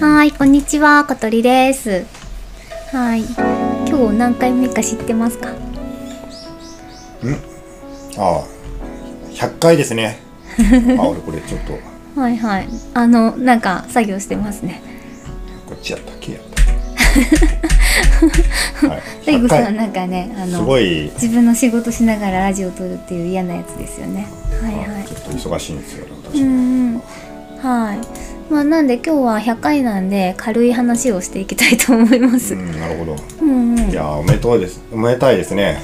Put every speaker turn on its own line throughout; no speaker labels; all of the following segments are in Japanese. はい、こんにちは、小鳥です。はい、今日何回目か知ってますか。
ああ100回ですね あ俺これちょっと
はいはい、あの、なんか作業してますね。
こっちやったっけ やった、はい、
大悟
100
さん
回
なんかね、あ
す
の。
ごい、
自分の仕事しながらラジオ撮るっていう嫌なやつですよね。はいはい
ち。ょっと忙しいんですよ私、
うんうん。はい。まあ、なんで今日は100回なんで、軽い話をしていきたいと思います。
うんなるほど
うんうん
い。やーおめでとうですおめでたいですね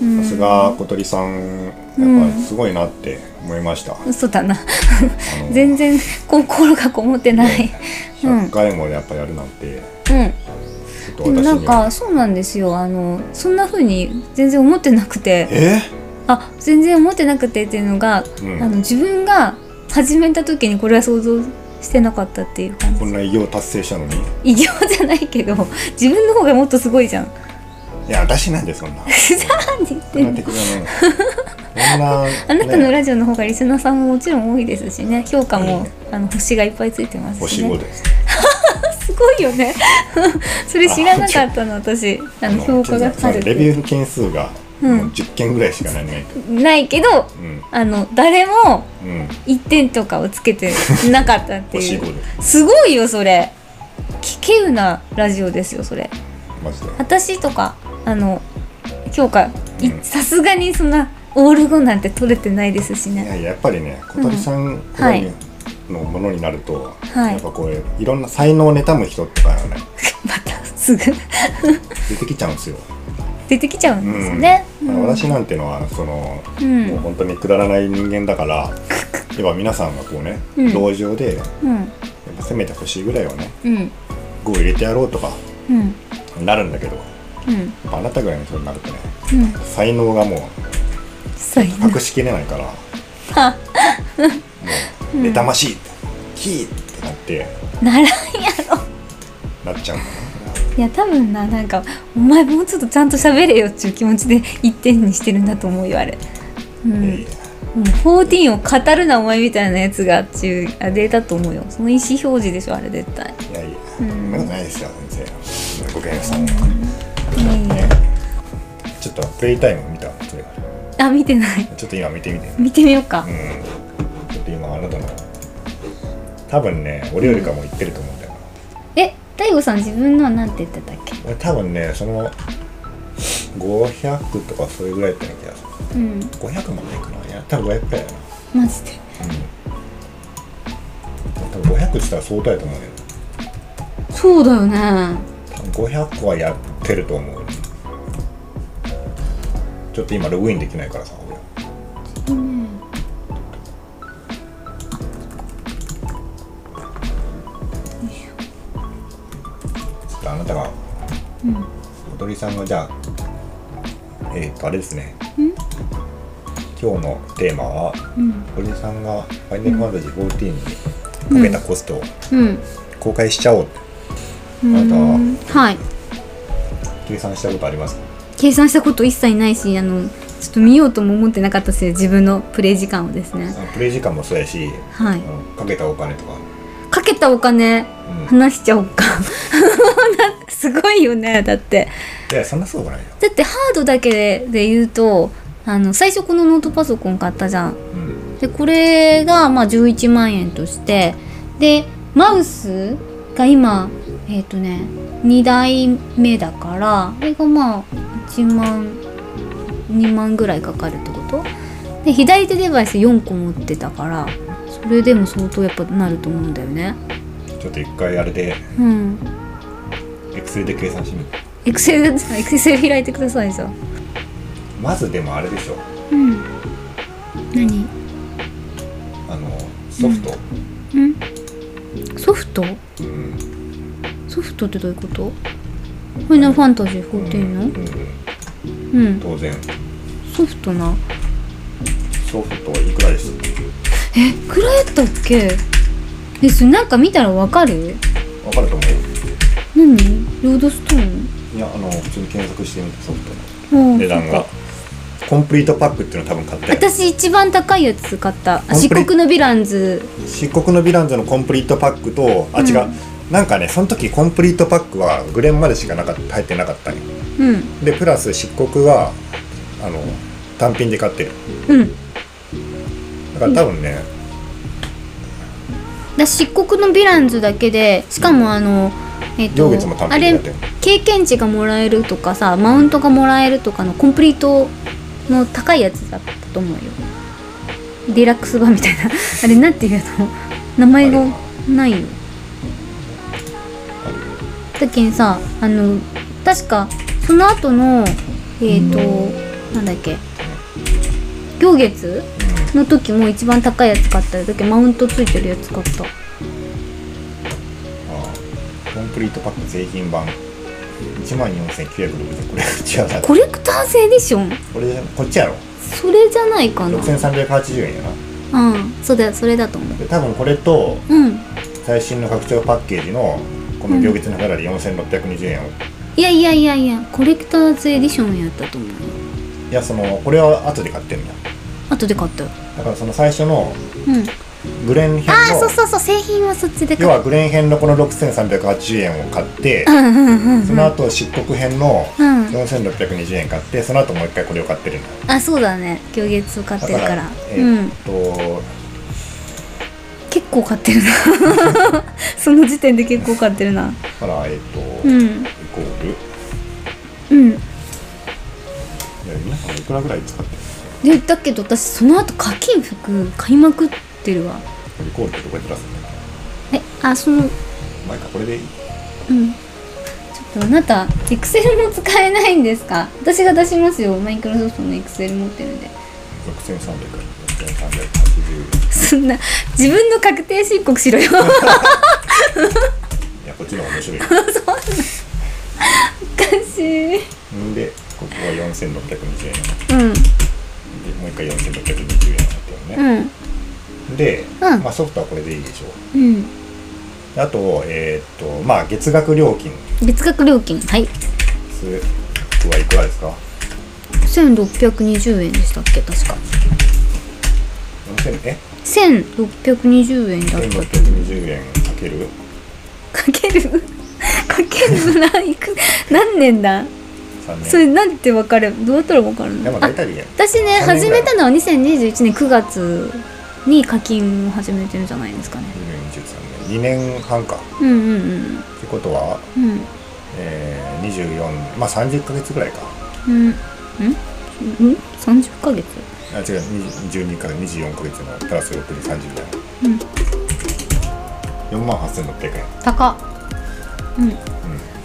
うん
さすが小鳥さんやっぱりすごいなって思いました、
嘘だな。
あの
全然心がこもってない。うん
100回もやっぱやるなんて
うん。
ちょっと
でも
私に
な
は
んかそうなんですよあのそんな風に全然思ってなくて
え
あ全然思ってなくてっていうのが、
うん
あの自分が始めた時にこれは想像してなかったっていう感
こん
じ
な偉業達成したのに
偉業じゃないけど 自分の方がもっとすごいじゃん
いや私なんで そんな
何言ってんの
的 なのそ
あ
ん
な
な
たの
ね
ラジオの方がリスナーさんももちろん多いですしね評価も、あの星がいっぱいついてますし
星5
ね
です
すごいよね それ知らなかったの私あの評価があるって
レビュー件数が
うん
もう10件ぐらいしかないね、
ないけど
うん
あの誰も
うん、
1点とかをつけてなかったってい
星
う
5です
すごいよそれ危険なラジオですよそれ
マジで
私とかあの評価い
うん
さすがにそんなオール5なんて取れてないですし
い
ね
やいややっぱりね小鳥さんぐらいのものになると、
はい
やっぱこういろんな才能を妬む人とかがね
またすぐ
出てきちゃうんですよ、
出てきちゃうん
う
ですよ
ん
ね、
まあ
うん
私なんてのはその、
うん
もう本当にくだらない人間だから やっぱ皆さんがこうね、
うん
同情でやっ
うん
ぱ攻めてほしいぐらいはね
うん
5入れてやろうとか
うん
なるんだけどや
うん
っぱあなたぐらいの人になるとね
うん
才能がもう
才能
隠しきれないからもう妬ましいキーってなって
ならんやろ
なっちゃうんだ
いや多分ななんかお前もうちょっとちゃんと喋れよっていう気持ちで1点にしてるんだと思うよあれうん、
な、いやいや
もう14を語るなお前みたいなやつがっていうあれだと思うよその意思表示でしょあれ絶対
いやいや、
う
そ
ん
んなことないですよ先生ごめんなさい
いやいや
ちょっとプレイタイム見たそれ
あ見てない
ちょっと今見てみて
見てみようか
うんちょっと今あなたの多分ね俺よりかも言ってると思うんだよな、
え大悟さん自分のは何て言ってたっけ
俺多分ねその500とかそれぐらいやったような気がする
うん
500もないかないや多分500くらいだな
マジで
多分500って言ったら相当やと思うけど
そうだよね
500個はやってると思うちょっと今ログインできないからさ俺ちょっとあなたが
うん
小鳥さんがじゃあえっ、とあれですね
ん
今日のテーマは
うん
小鳥さんが「ファイナルファンタジー14」にかけたコストを
うん
公開しちゃおうって
うん
なん
はい
計算したことありますか
計算したこと一切ないしあのちょっと見ようとも思ってなかったですよ自分のプレイ時間をですね
あのプレイ時間もそうやし、
はい
あのかけたお金とか、
かけたお金
うん、
話しちゃおうか すごいよねだって
いやそんなそうがないよ、
だってハードだけで言うとあの最初このノートパソコン買ったじゃん
うん、
でこれがまあ11万円としてでマウスが今えっ、とね2台目だからこれがまあ1万2万ぐらいかかるってことで左手デバイス4個持ってたからそれでも相当やっぱなると思うんだよね
ちょっと一回あれで
うん
エクセルで計算してみる
エクセルエクセル開いてくださいじゃん
まずでもあれでしょ
うん何
あのソフト、
んソフト
うん
ソフトってどういうことファイナルファンタジー14の
うん
うん
当然
ソフトな
ソフトいくらです
えくらいやったっけえそれなんか見たらわかる
わかると思うよ
何ロードストーン
いやあの普通に検索してみたソフトの
ああ
値段
そ
が
っか
コンプリートパックっていうの多分買ったよね
私一番高いやつ買ったあ
コン
漆
プリ
黒のヴィランズ
漆黒のヴィランズのコンプリートパックとあ
うん
違う、なんかねその時コンプリートパックはグレンまでしかなかった入ってなかったり
うん
でプラス漆黒はあの単品で買ってる
うん
だから多分ね、
だ漆黒のヴィランズだけでしかもあのえっ、
上月も単
とあ
品で
れ
やってる
経験値がもらえるとかさマウントがもらえるとかのコンプリートの高いやつだったと思うよデラックス版みたいな あれなんていうの名前がないよだけんさあの確かその後のえっ、となんだっけ行月の時も一番高いやつ買ったよだけどマウントついてるやつ買った
ああコンプリートパック製品版1万4960これ違うな
コレクターズエディション
これじゃこっちやろ
それじゃないかな
6380円やな
うんそうだよそれだと思う
で多分これと
うん
最新の拡張パッケージのこの行月のフェラリ4620円を、
いやいやいやいやコレクターズエディションやったと思うよ
いやそのこれは後で買ってるんだ
後で買ったよ
だからその最初の
うん
グレン編の
ああそうそうそう製品はそっちで買
要
った
はグレン編のこの6380円を買って
うんうんうん
その後漆黒編の
うん
4620円買ってその後もう一回これを買ってるん だ
あそうだね行月を買ってるから
え
う
ー
ん
っと、
結構買ってるな その時点で結構買ってるな
だからえーっと、
う
イ
ん
コールい
うん
や皆さんいくらぐらい使ってる
でだけど私その後課金服買いまくってるわ
イコールってどこでずらすんだよ
えあその
前かこれでいい
うんちょっとあなた Excel も使えないんですか私が出しますよマイクロソフトの Excel 持ってるんで
6300円6380
そんな自分の確定申告しろよ
円いやこっちの方が面白い
おかしい
んでここは4620円
うん
でもう一回4620円になってるね、
うん
で、
うん
まあ、ソフトはこれでいいでしょう
うん
あとえーっとまあ月額料金
月額料金はい
数はいくらですか
1620円でしたっけ確か
4000え
1620円だったと
1620円かける
かけるかけるないく何年だ
3年
それなんてわかるどうやったらわかる
でも
のあ
大体でいいや
私ね
三年
始
ぐらい
めたのは2021年9月に課金を始めてるんじゃないですかね
2023年2年半か
うんうん
ってことは、
うん
えー、24まあ30ヶ月ぐらいか
うんうんんん30ヶ月
あ違う12から24ヶ月のプラス6で30だよ
うん
4万8600円
高うん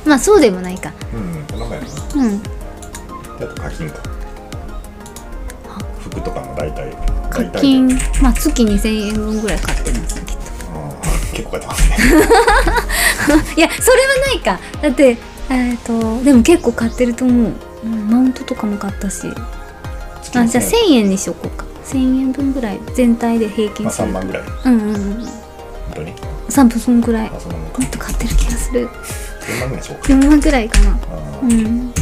まあそうでもないか
うんうんこの前ので
うん
あと課金か服とかも大体
課
大体
金
うん
まあ月2000円分ぐらい買ってますきっと
結構買ってますね
いやそれはないかだってえっ、とでも結構買ってると思う、うん、マウントとかも買ったしあ
月
じゃあ
に
1000円にしとこうか1000円分ぐらい全体で平
ま
均
あ
する
3万ぐらい本
うんうんうん
当に
3分そんぐらい
ま
も
あその
っと買ってる気がする
4万ぐらいでしょうか
4万ぐらいかな
あー
うん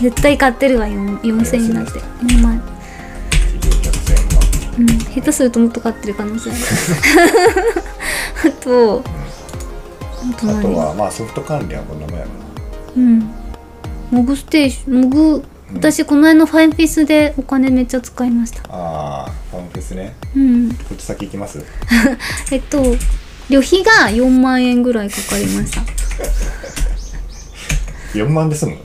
絶対買ってるわ4 4000円なんて4万
企業客船が
うん、下手するともっと買ってる可 能 性あるあとあと
あと
何
はまあソフト関連はこんなもんやろ
うんモグステーションモグ
うん
私この間のファンフェスでお金めっちゃ使いました
ああファンフェスね
うん
こっち先行きます
えっと旅費が4万円ぐらいかかりました
4万で済む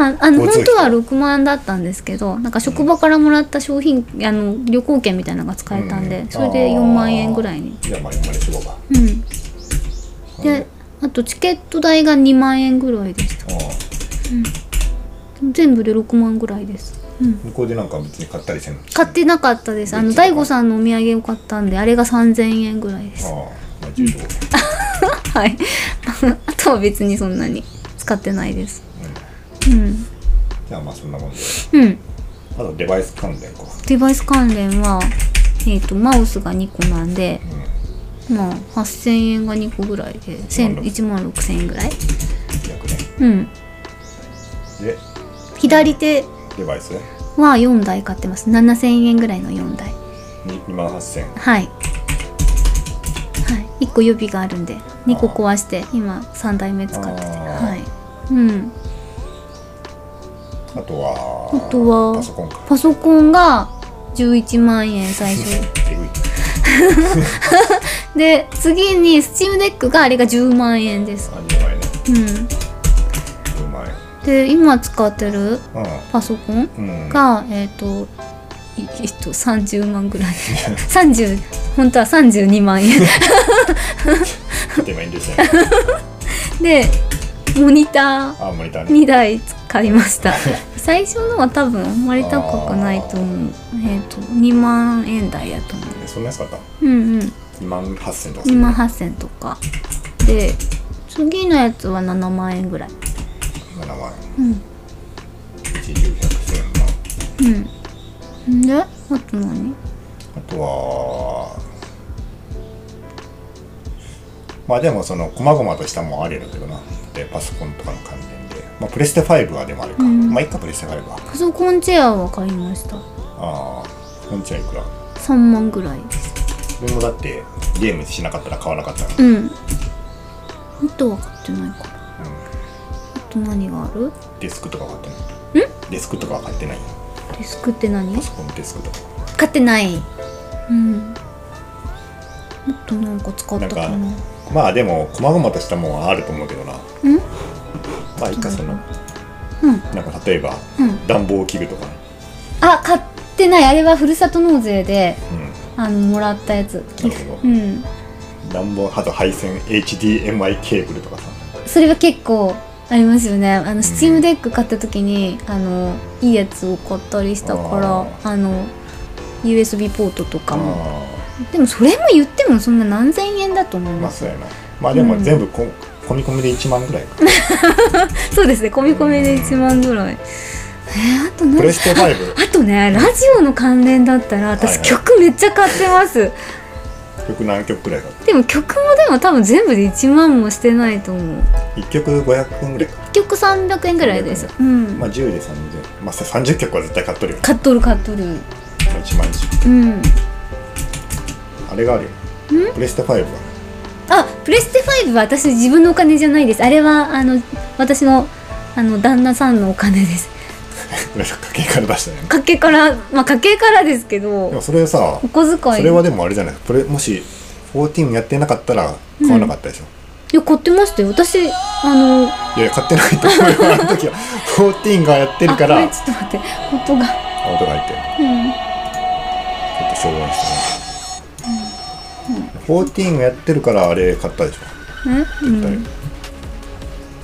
ああの
交通
本
費
当は6万だったんですけどなんか職場からもらった商品あの旅行券みたいなのが使えたんで、
うん
それで4万円ぐらいに
じゃあまあ4万でしょうか
うんであとチケット代が2万円ぐらいでした
あ
全部で6万ぐらいです、うん、
あ向こうでなんか別に買ったりせんの
買ってなかったですあの
別に買う
大悟さんのお土産を買ったんであれが3000円ぐらいで
あ
す
あまあ重要、
はい あとは別にそんなに使ってないですうん
じゃあまあそんなもんで
うん
あとデバイス関連か
デバイス関連はえっ、とマウスが2個なんで
うん
まあ8000円が2個ぐらいで
16,000
1万6000円ぐらい
約ね
うん
で
左手
デバイス
は4台買ってます7000円ぐらいの4台
2万8000
はいはい1個予備があるんで2個壊して今3台目使ってて
あー
はい、うん、
あとは
あとは
パソコンか
パソコンが11万円最初
えぐい
で次に SteamDeck があれが10万円です
あ2枚ね
うん
2枚
で今使ってる
う
パソコン
んうん
が、えっ、といえっと30万ぐらい30本当は32万 円
ちょっと今遠慮した よ
でモニター
あモニターね
2台使いました 最初のは多分あんまり高くないと思うえっ、と2万円台やと思
えそんな安かった
ううんうん
2万8000とか
2万8000とかで次のやつは7万円ぐらい
7万
うん
1 0 1 0 0万
うんであと何
あとはまあでもその細々としたもんあるんだけどなでパソコンとかの関連で、まあ、プレステ5はでもあるか、
うん
まあいっかプレステ5は
パソコンチェアは買いました
ああうんちはいくら
3万ぐらいです
それもだってゲームしなかったら買わなかったの
うんあとは買ってないかなあと何がある
デスクとかは買ってないんデスクとかは買ってない
デスクって何
パソコンのデスクとか
買ってないうんもっとなんか使ったかな
なんまあでも細々としたもんはあると思うけどな
うん
まあいっかその
うん
なんか例えば
うん
暖房器具とか
あ買ってないあれはふるさと納税で
う
あのもらったやつ
なるほど
うん
ん暖房あと配線 HDMI ケーブルとかさ
それは結構ありますよねあのスチームデック買った時にあのいいやつを買ったりしたから
あ
あの USB ポートとかも
あ
でもそれも言ってもそんな何千円だと思い
ーまあ
ます、
そうやなまあでも
うん
全部こ、込み込みで1万ぐらいか
そうですね込み込みで1万ぐらいえー、あと
プ
何
レステ5
あとねラジオの関連だったら私
はいはい
曲めっちゃ買ってます、
曲何曲ぐらいだった
でも曲もでも多分全部で1万もしてないと思う
1曲500分ぐらいか、
1曲300円ぐらいです
300
うん、
まあ10で30まあさ30曲は絶対買っとるよ
買っとる買っとる
1万でし
う
ょ
ん
あれがあるよプレステ5は
あプレステ5は私自分のお金じゃないですあれはあの私のあの旦那さんのお金です
これ家計から出したよね
家計からまあ家計からですけ
で
ど
もそれさ
お小遣い
それはでもあれじゃないこれもし14やってなかったら買わなかったでしょ、
いや買ってましたよ私あ
いやいや買ってないと思うよあの時は14がやって
の
る
あ
か
こ
ら
れちょっと待って音が
あ音が入ってる
うん
ちょっと消防したね、14をやってるからあれ買ったでしょ
え、うん
誰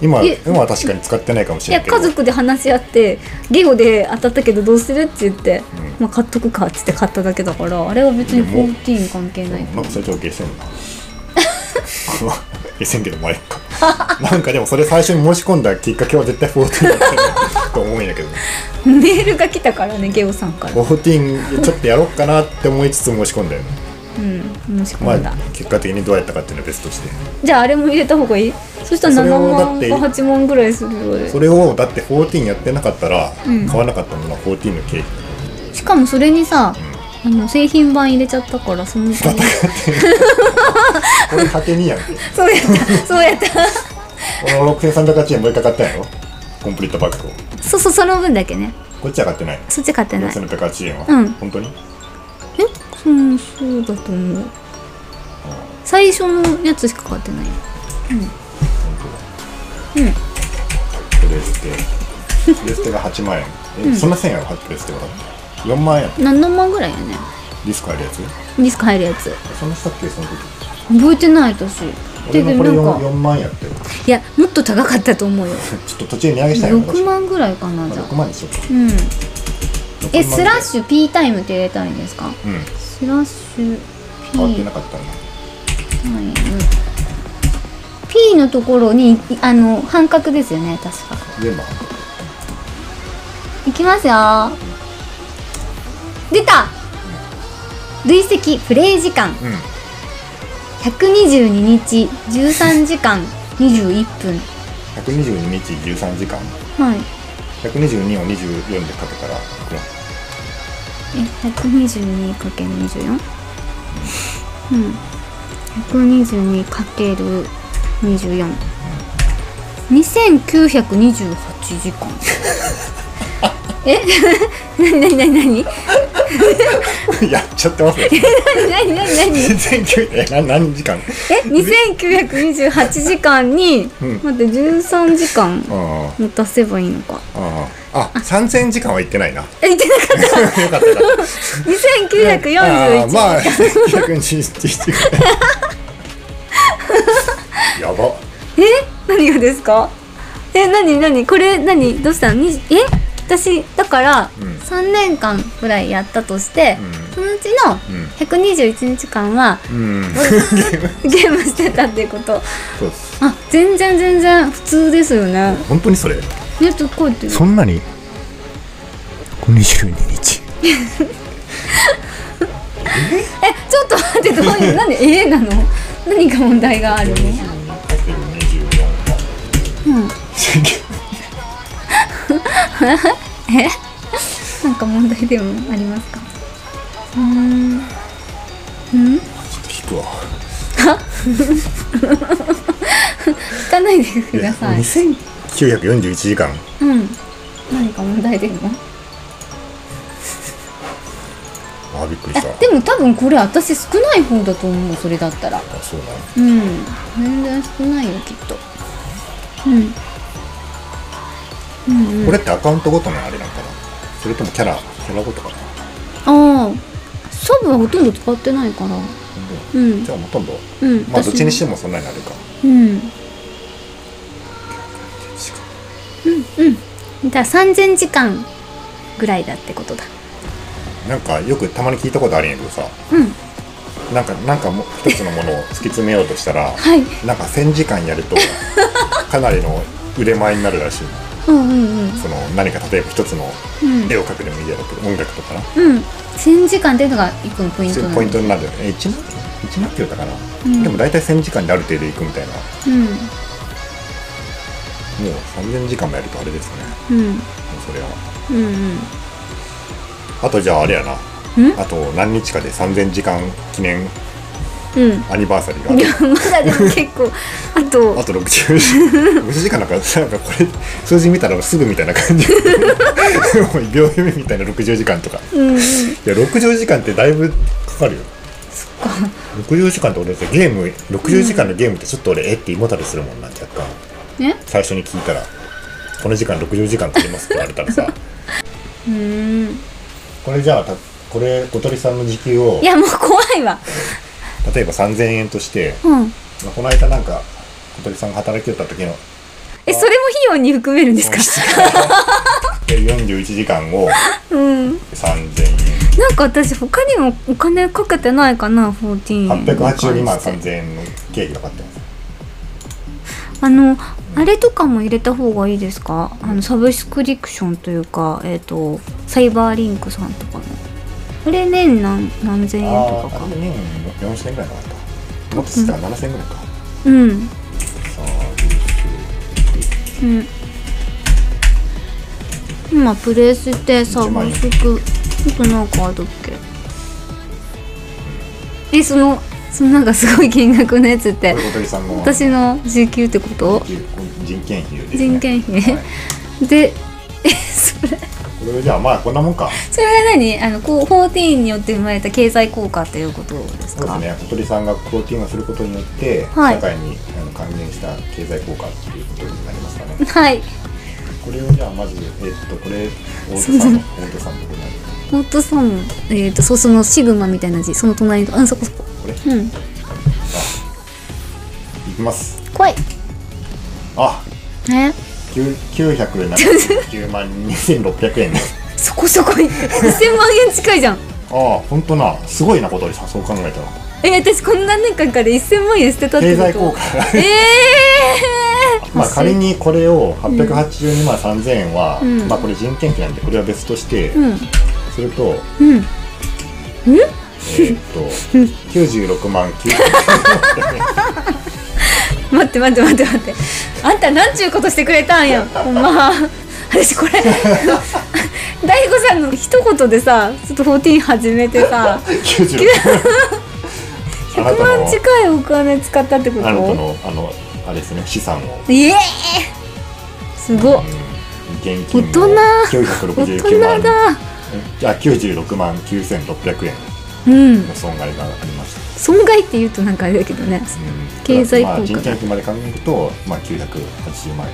今
え
今は確かに使ってないかもし
い
れな
や
いけど
家族で話し合ってゲオで当たったけどどうするって言って、
うん
まあ買っとくかっつって買っただけだからあれは別に14関係ない
なんかそれ上下 せんな下せんけど前かなんかでもそれ最初に申し込んだきっかけは絶対14だったよねと思うんだけどね
メールが来たからねゲオさんから
14ちょっとやろうかなって思いつつ申し込んだよね
うん申し
ま
込んだ、
あ結果的にどうやったかっていうのは別として
じゃああれも入れた方がいいそしたら
そ
7
れを
万
だって
か8万ぐらいするよね
それをだって14やってなかったら
うん
買わなかったものは14の経費
しかもそれにさあの製品版入れちゃったからその分
これ果てにやんけ
そうやったそうやっ
この6380円もう一回買ったんやろコンプリートバッグを
たそうそうその分だけね
こっちは買ってない
そっち買ってないえ
6380円は、
うん
本当に
そうそうだと思う最初のやつしか買ってないうんうん
プレステプレステが8万円え、そんな1000円やろプレステはだって4万円
何万ぐらいやね
ディスクあるやつ
ディスク入るやつ
そんなしたっけその時
覚えてない私で
俺の
で
こ
な
れ
ん
4,
か
4万円やってる
いやもっと高かったと思うよ
ちょっと途中に値上げしたんやろ
6万ぐらいかなじゃあ
6万にしようか
うんえ
6万
スラッシュ P タイムって入れたらいいんですか
うん
スラッシュ P
変わって
タ
なかったな
イム P のところにいあの半角ですよね確か
全部半
いきますよ出た累積プレイ時間
額うん
122日13時間21分
122日13時間
はい
122を24でかけたらいくら
え 122×24 うん 122×24 2928時 間えなになになに
やっちゃってますね。
なになになに
全然急えな 何時間？
え2928時間に、
うん
待って13時間
あ
も足せばいいのか
ああああ三千時間は行ってないな。よ
えいけなかっ
かったよかっ
た
たあー
2941
まあ 九百二時間。 やば。
え何がですかえ何何これ何どうしたのにえ私だから
うん
3年間ぐらいやったとして、そ
うん
のうちの
うん
121日間は
うん。
ゲームしてたってこと
そうです。
あ全然全然普通ですよね
本当にそれ？
ねっとこうやって
そんなに？二十二 日。
えちょっと待ってどう いう何えなの何が問題があるの
二十二かける二十四
う
は。
んえなんか問題でもありますかうーんうん
ちょっと引くわ。
聞かないでください
二千九百四十一時間。
うん何か問題でも
あびっくり
あ
した。
でも多分これ私少ない方だと思うそれだったら
あそうだ、
う
ね。
ん全然少ないよきっとうんうんうん
これってアカウントごとのあれなんかなそれともキャラキャラごとかな
ああサブはほとんど使ってないからうん
じゃあほとんど
うん
まあどっちに
私
してもそんなになるか
うんうんうんだから3000時間ぐらいだってことだ
なんかよくたまに聞いたことあるんやけどさ
うん
なんかなんかもう一つのものを突き詰めようとしたら、
はい
なんか1000時間やるとかなりの腕前になるらしい
うんうんうん
その何か例えば一つの
うん
絵を描くでもいいやろうけど音楽とかな
うん1000時間っていうのが一個のポイントなの
ポイントになるよねえ1万1万って言うたかな、
うん
でも大体1000時間である程度いくみたいなも
うん
う3000時間もやるとあれですねも
うん
うそれは
うん
あとじゃああれやな
うん
あと何日かで3000時間記念
うんうん
アニバーサリーがあ
い
る
やまだでも結 構あと
あと60 60時間なんかなんかこれ 数字見たらすぐみたいな感じ もう秒読みみたいな60時間とかい
うんうん
や60時間ってだいぶかかるよ
か
60時間って俺ゲーム60時間のゲームってちょっと俺えって胃もたれするもんなん若干
ね
最初に聞いたらこの時間60時間かかりますって言われたらさ
うーん
これじゃあたこれ小鳥さんの時給を
いやもう怖いわ
例えば3000円として
うん
まあこの間なんか小鳥さんが働きよった時の
えそれも費用に含めるんですか
41時間を
うんなん
3000
か私他にもお金かけてないかな14
円882万3000円の経費がかかってます
あのあれとかも入れた方がいいですかあのサブスクリプションというかえっ、とサイバーリンクさんとかのこれ年何何千円とか
あ
か
あれで年4000円ぐらいかかったもっとしたら7000円ぐらいか
うんうん
さ
今プレステサブスクあとなんかあるっけえそのそのなんかすごい金額のやつっ
あ
て
これ小鳥さんの
私の時給ってこと
人件費ですね
人件費
はい
でえそれ
これじゃあまあこんなもんか
それは何あのこう14によって生まれた経済効果っていうことです
そうで
か
すね小鳥さんがコーティングをすることによって、
はい
社会にあの還元した経済効果っていうことになりますかね
はい
これをじゃあまずえっとこれ大手 さんの大手さんのことになる
ホットサムえっ、とそうそのシグマみたいな字その隣のあそこそこ
これ
うん
いきます
怖い
あ
え
九九百七十九万二千六百円です。
そこそこ い1000万円近いじゃん
ああ、本当な、すごいな小鳥さん、そう考えたら。
え私こんな年間から1000万円捨てたって
経
こと
済効果が。
ええー、
まあ仮にこれを八百八十二万三千円は、
うん
まあこれ人件費なんでこれは別として、
うん
すると
うん
えーっ と九十六万九千
待って待って待って待ってあんたなんちゅうことしてくれたんやほんま私これ 大悟さんの一言でさちょっと14始めてさ
九十六
100万近いお金使ったってこ
あなた
と
のあのあれですね資産を
ええすごっ
現金を
大大
969
人
万
だ
あ96万9600円
うん
の損害がありました、
損害って言うとなんかあれだけどね
うん
経済効果
まあ、人件費まで考えると、まあ、980万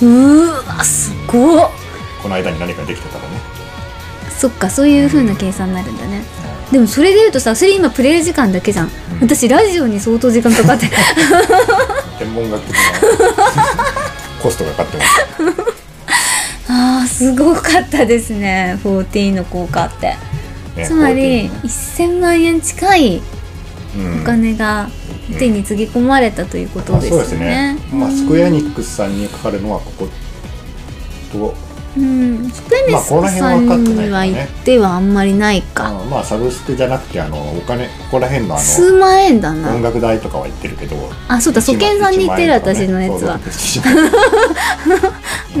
円
うーわすごっ
この間に何かできてたらね
そっかそういう風な計算になるんだねでもそれで言うとさそれ今プレイ時間だけじゃん、
ん
私ラジオに相当時間かかって
天文学的な コストがかかってます
あーすごかったですね14の効果って
ね
つまり
こ
1000万円近いう
やってうん
お金が手につぎ込まれたというこ
ま
と
あ
で
そうですす
よ
ね
ね。
まあ、スクエアエニックスさんにかかるのはここと、
うん、スペネス
まあこの辺は
さん
分かってない
に
から
は
ね
言ってはあんまりないか、
まあ、サブスクじゃなくてあのお金ここら辺のあ
数
の
万円だ
音
な
楽代とかは言ってるけど
あそうだ
1
祖
万
健さんに言ってる
1万
私のや
円
つ
とか
は
ねそうそう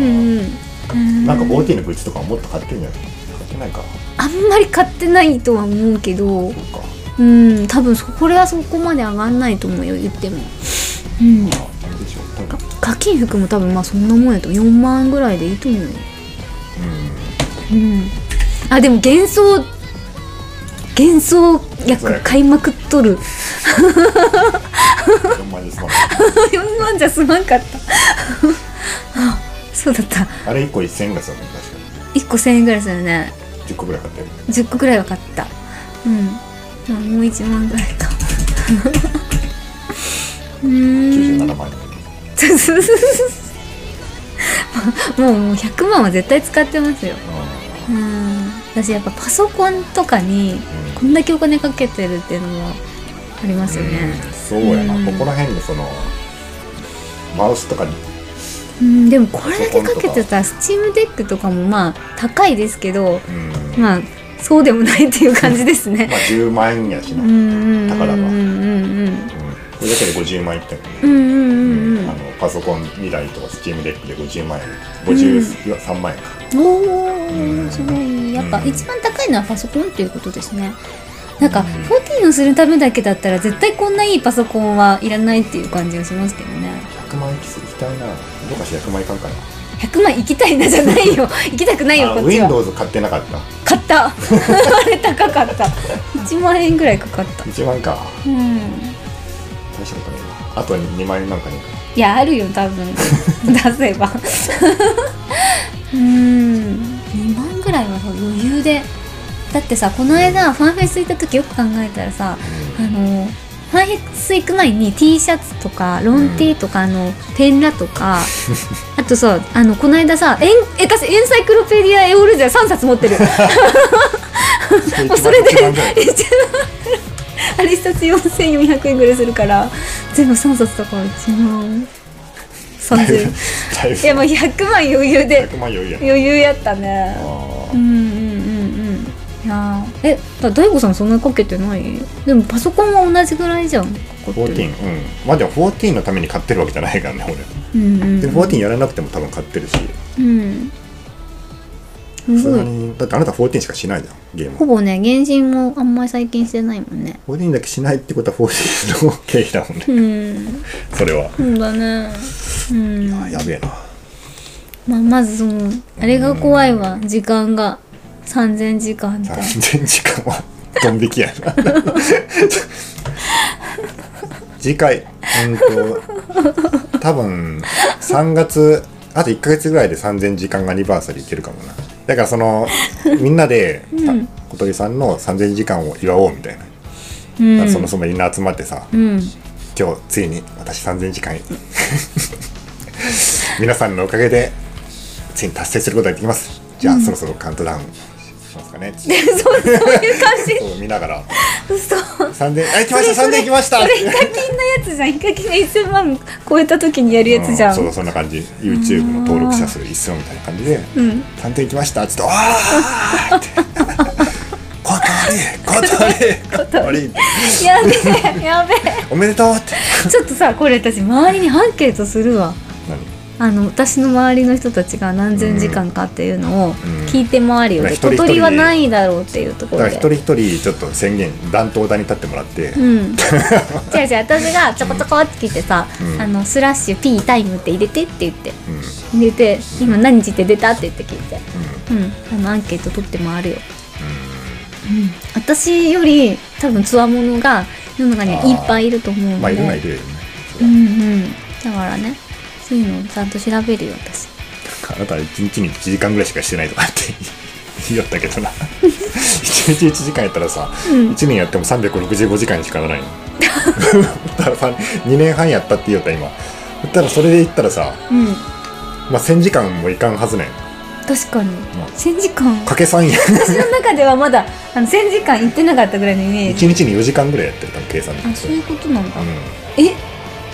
うんうんうん
なんか OT のグッズとかももっと買ってるんじゃない買ってないか
あんまり買ってないとは思うけど
そうか
うん多分そこれはそこまで上がんないと思うよ言ってもうん
まあなんでしょうなんか
課金服も多分まあそんなもんやと4万ぐらいでいいと思うようんあでも幻想幻想薬買いまくっとる
うん4万円ですま
4万じゃすまんかった あそうだった
ああれ1個1000円ぐらいするよね確かに
1個1000円ぐらいするね
10個ぐらい買ってる
10個ぐらいは買ったうんまあもう1万ぐらいか うーん
97万円
もうもう100万は絶対使ってますよ
う
うん私やっぱパソコンとかに
うん
こんだけお金かけてるっていうのもありますよね、
んそうやな、
うん
ここら辺のそのマウスとかに
うん、でもこれだけかけてたらスチームデックとかもまあ高いですけど
うんまあ
まあそうでもないっていう感じですね
10万円やし
う
な、
ん
う
うん
んこ
うん
だから
う
だ
んうん
れだけで50万円いったよね
うんうんうんうん
あのパソコン2台とかスチームデックで50万円53万円か、
おおすごいやっぱ
うん
一番高いのはパソコンっていうことですねなんか
うん
14をするためだけだったら絶対こんないいパソコンはいらないっていう感じがしますけどね
100万円いきたいなどうかし100万円いかんかな
100万行きたいなじゃないよ行きたくないよ
あ
こっちは
Windows 買ってなかっ
買
た
ったあれ高かった1万円ぐらいかかった
1万か
うん
大したことないなあと2万円なんかね
いやあるよ多分出せばうん2万ぐらいはさ余裕でだってさこの間ファンフェス行った時よく考えたらさあのファンフェス行く前に T シャツとかロン T とか、あのペンラとかあとさあのこの間さえんえ私エンサイクロペディアエオルジャ3冊持ってる
う ん
もうそれで
1万ぐらい
一番あれ一冊4400円ぐらいするから全部3冊だから1万30
だいぶ
いやもう100万余裕で
100万余裕やな
余裕やったね
あ
うんうんうんうんいやーえだ大悟さんそんなにかけてないでもパソコンは同じぐらいじゃん
ー14うんまあでも14のために買ってるわけじゃないからね俺
うんうん
で14やらなくても多分買ってるし
うんす
そ
ご
んないにだってあなた14しかしないじゃんゲーム
ほぼね原神もあんまり最近してないもんね
14だけしないってことは14の経費だもんね
うん
それは
そうだねうん
あやべえな
まあ、まずそのあれが怖いわ時間が3000時間って
3000時間はドン引きやな次回うんと多分3月あと1か月ぐらいで3000時間アニバーサリーいけるかもなだからそのみんなで、さ小鳥さんの3000時間を祝おうみたいな、
うん
そのそのみんな集まってさ
うん
今日ついに私3000時間 皆さんのおかげでついに達成することができますじゃあ、そろそろカウントダウンしますかね
で そうそういう感じ
そう見ながら
嘘
三千あ行きました三千行きました
それヒカキンのやつじゃんヒカキンが1000万超えた時にやるやつじゃん、
うそうそんな感じ YouTube の登録者数一層みたいな感じで
うん
三千行きましたちょっとああって断れ断れ断れって
やべえやべえ
おめでとうって
ちょっとさこれ私周りにアンケートするわ
何
あの私の周りの人たちが何千時間かっていうのを
ん
聞いて回るようで、
一人一
小
人
鳥はないだろうっていうとこ
だ
ろ
から
で
一。人一人ちょっと宣言断頭台に立ってもらって、
うん、違う違う私がちょこちょこって聞いてさ「
うん
あのスラッシュ P タイムって入れて」って言って
うんうん
入れて「今何時って出た?」って言って聞いてうんあのアンケート取って回るよ、うん、私より多分つわものが世の中にはいっぱいいると思うの
う
で
んまあいるのはいるよね
うんうんだからねそういうのをちゃんと調べるよ私
あなたは一日に1時間ぐらいしかしてないとかって 言いよったけどな一日1時間やったらさ、
うん
1年やっても365時間にしかならないのだから2年 半やったって言いよった今だったらそれで言ったらさ、
うん
まあ、1000時間もいかんはずねん
確かに
まあ
1000時 間
かけ3や
私の中ではまだあの1000時間行ってなかったぐらいのイメージ
1日に4時間ぐらいやってる多分計算で
あそういうことなんだ、
う、
え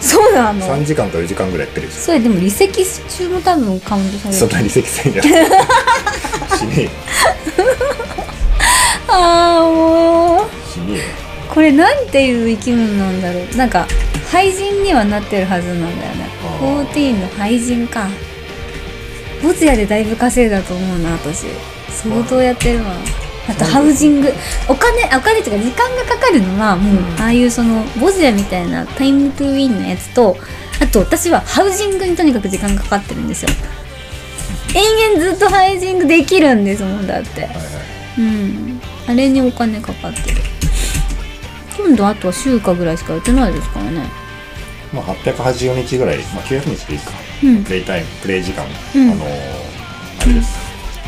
そうなんの
3時間と4時間ぐらいやってるでし
それでも離席中も多分カウントさ
ょ
れる
そんなに積 算じゃないしねえよ
ああもう
しねえよ
これなんていう生き物なんだろうなんか廃人にはなってるはずなんだよね
あー
14の廃人かボツヤでだいぶ稼いだと思うな私相当やってるわあとハウジングお金あお金っていうか時間がかかるのはもう、
うん
ああいうそのボツヤみたいなタイムトゥーウィンのやつとあと私はハウジングにとにかく時間かかってるんですよ延々ずっとハウジングできるんですもんだって
はいはい
うんあれにお金かかってる今度あとは週間ぐらいしかやってないですからね
まあ、884日ぐらい、まあ、900日でいいか、
うん
プレイタイムプレイ時間、
ん
あのーあれです、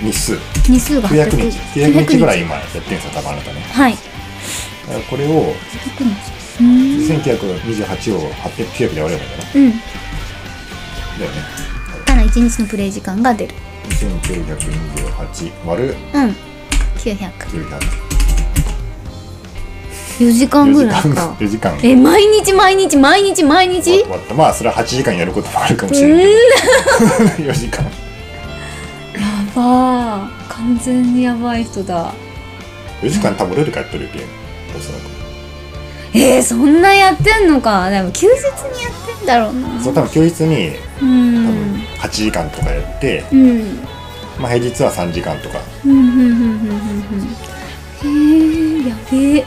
日数
日数が
900日900日ぐらい
い
今やってるんですよ多分あなたね
はい
だからこれを
900日うーん
1928を809で割ればいいんだな
うん
だよね
から1日のプレイ時間が出る
1928割る
うん9004
900
時間ぐらいか
4時間
え毎日毎日毎日毎日
割ったまあそれは8時間やることもあるかもしれない けど4時間
やばー完全にやばい人だ
4時間多分ルールかやってるゲームおそらく
えー、そんなやってんのかでも休日にやってんだろうな
そう多分休日に
う
多
ん
分8時間とかやって、
うん
まあ、平日は3時間とか
うんうんうんうんうんうんへえやべえ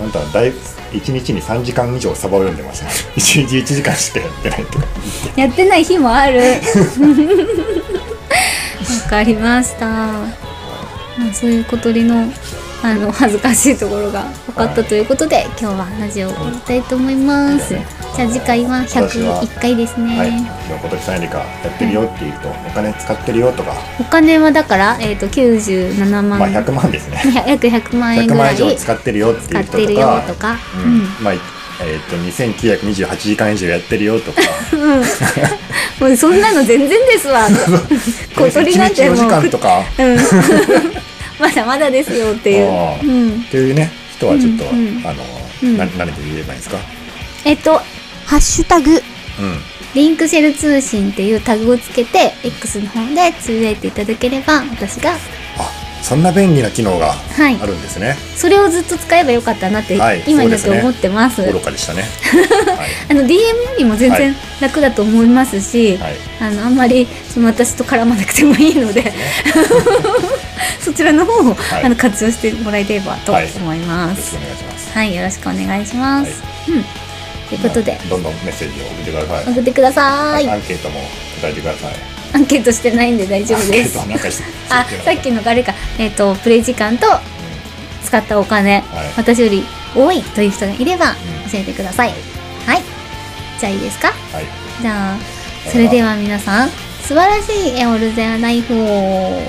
あなたはだいぶ1日に3時間以上サバを読んでますね 1日1時間しかやってないとか
やってない日もあ るわかりましたまあそういう小鳥のあの恥ずかしいところが分かったということで、今日はラジオを終わりたいと思います、
はい
じゃあ次回は101回ですね、
はい今日小鳥さんよりかやってるよっていうとお金使ってるよとか、
お金はだから、えー、と97万、
まあ100万ですね
約100万円ぐ
100
ら
万
い
以上使ってるよって
使
いう
っ
人と
てるよ
か
とか、
う
うんん
まあえっ、と2928時間以上やってるよとか
もうそんなの全然です わ小鳥なんてもう
1日4時間とか
うんまだまだですよってい
あ
う、うん、
っていうね人はちょっと、
うんうん
あの、
うん
な何て言えばいいんですか
えっと「ハッシュタグ
うん
リンクシェル通信」っていうタグをつけて X の方でつぶやいていただければ私が
あそんな便利な機能が
はい
あるんですね、
それをずっと使えばよかったなって、
はい
今になっ
そ
て
うですね
思ってます
愚かでし たねは
あの DM よりも全然楽だと思いますし、
い、はい
あのあんまりその私と絡まなくてもいいの でそちらの方を、
はい
あの活用してもらえればと
はい
思いま
よろし
す
くお願いします。
はい、よろしくお願いします、うんということで
どんどんメッセージを送ってください。
送ってください
アンケートも答えてください。
アンケートしてないんで大丈夫です
アンケートなんかして
あさっきのあれかえっ、とプレイ時間と使ったお金、
い
私より多いという人がいれば
ん
教えてください、はいじゃあいいですか
はい。
じゃあそれでは皆さん素晴らしいエオルゼアライフを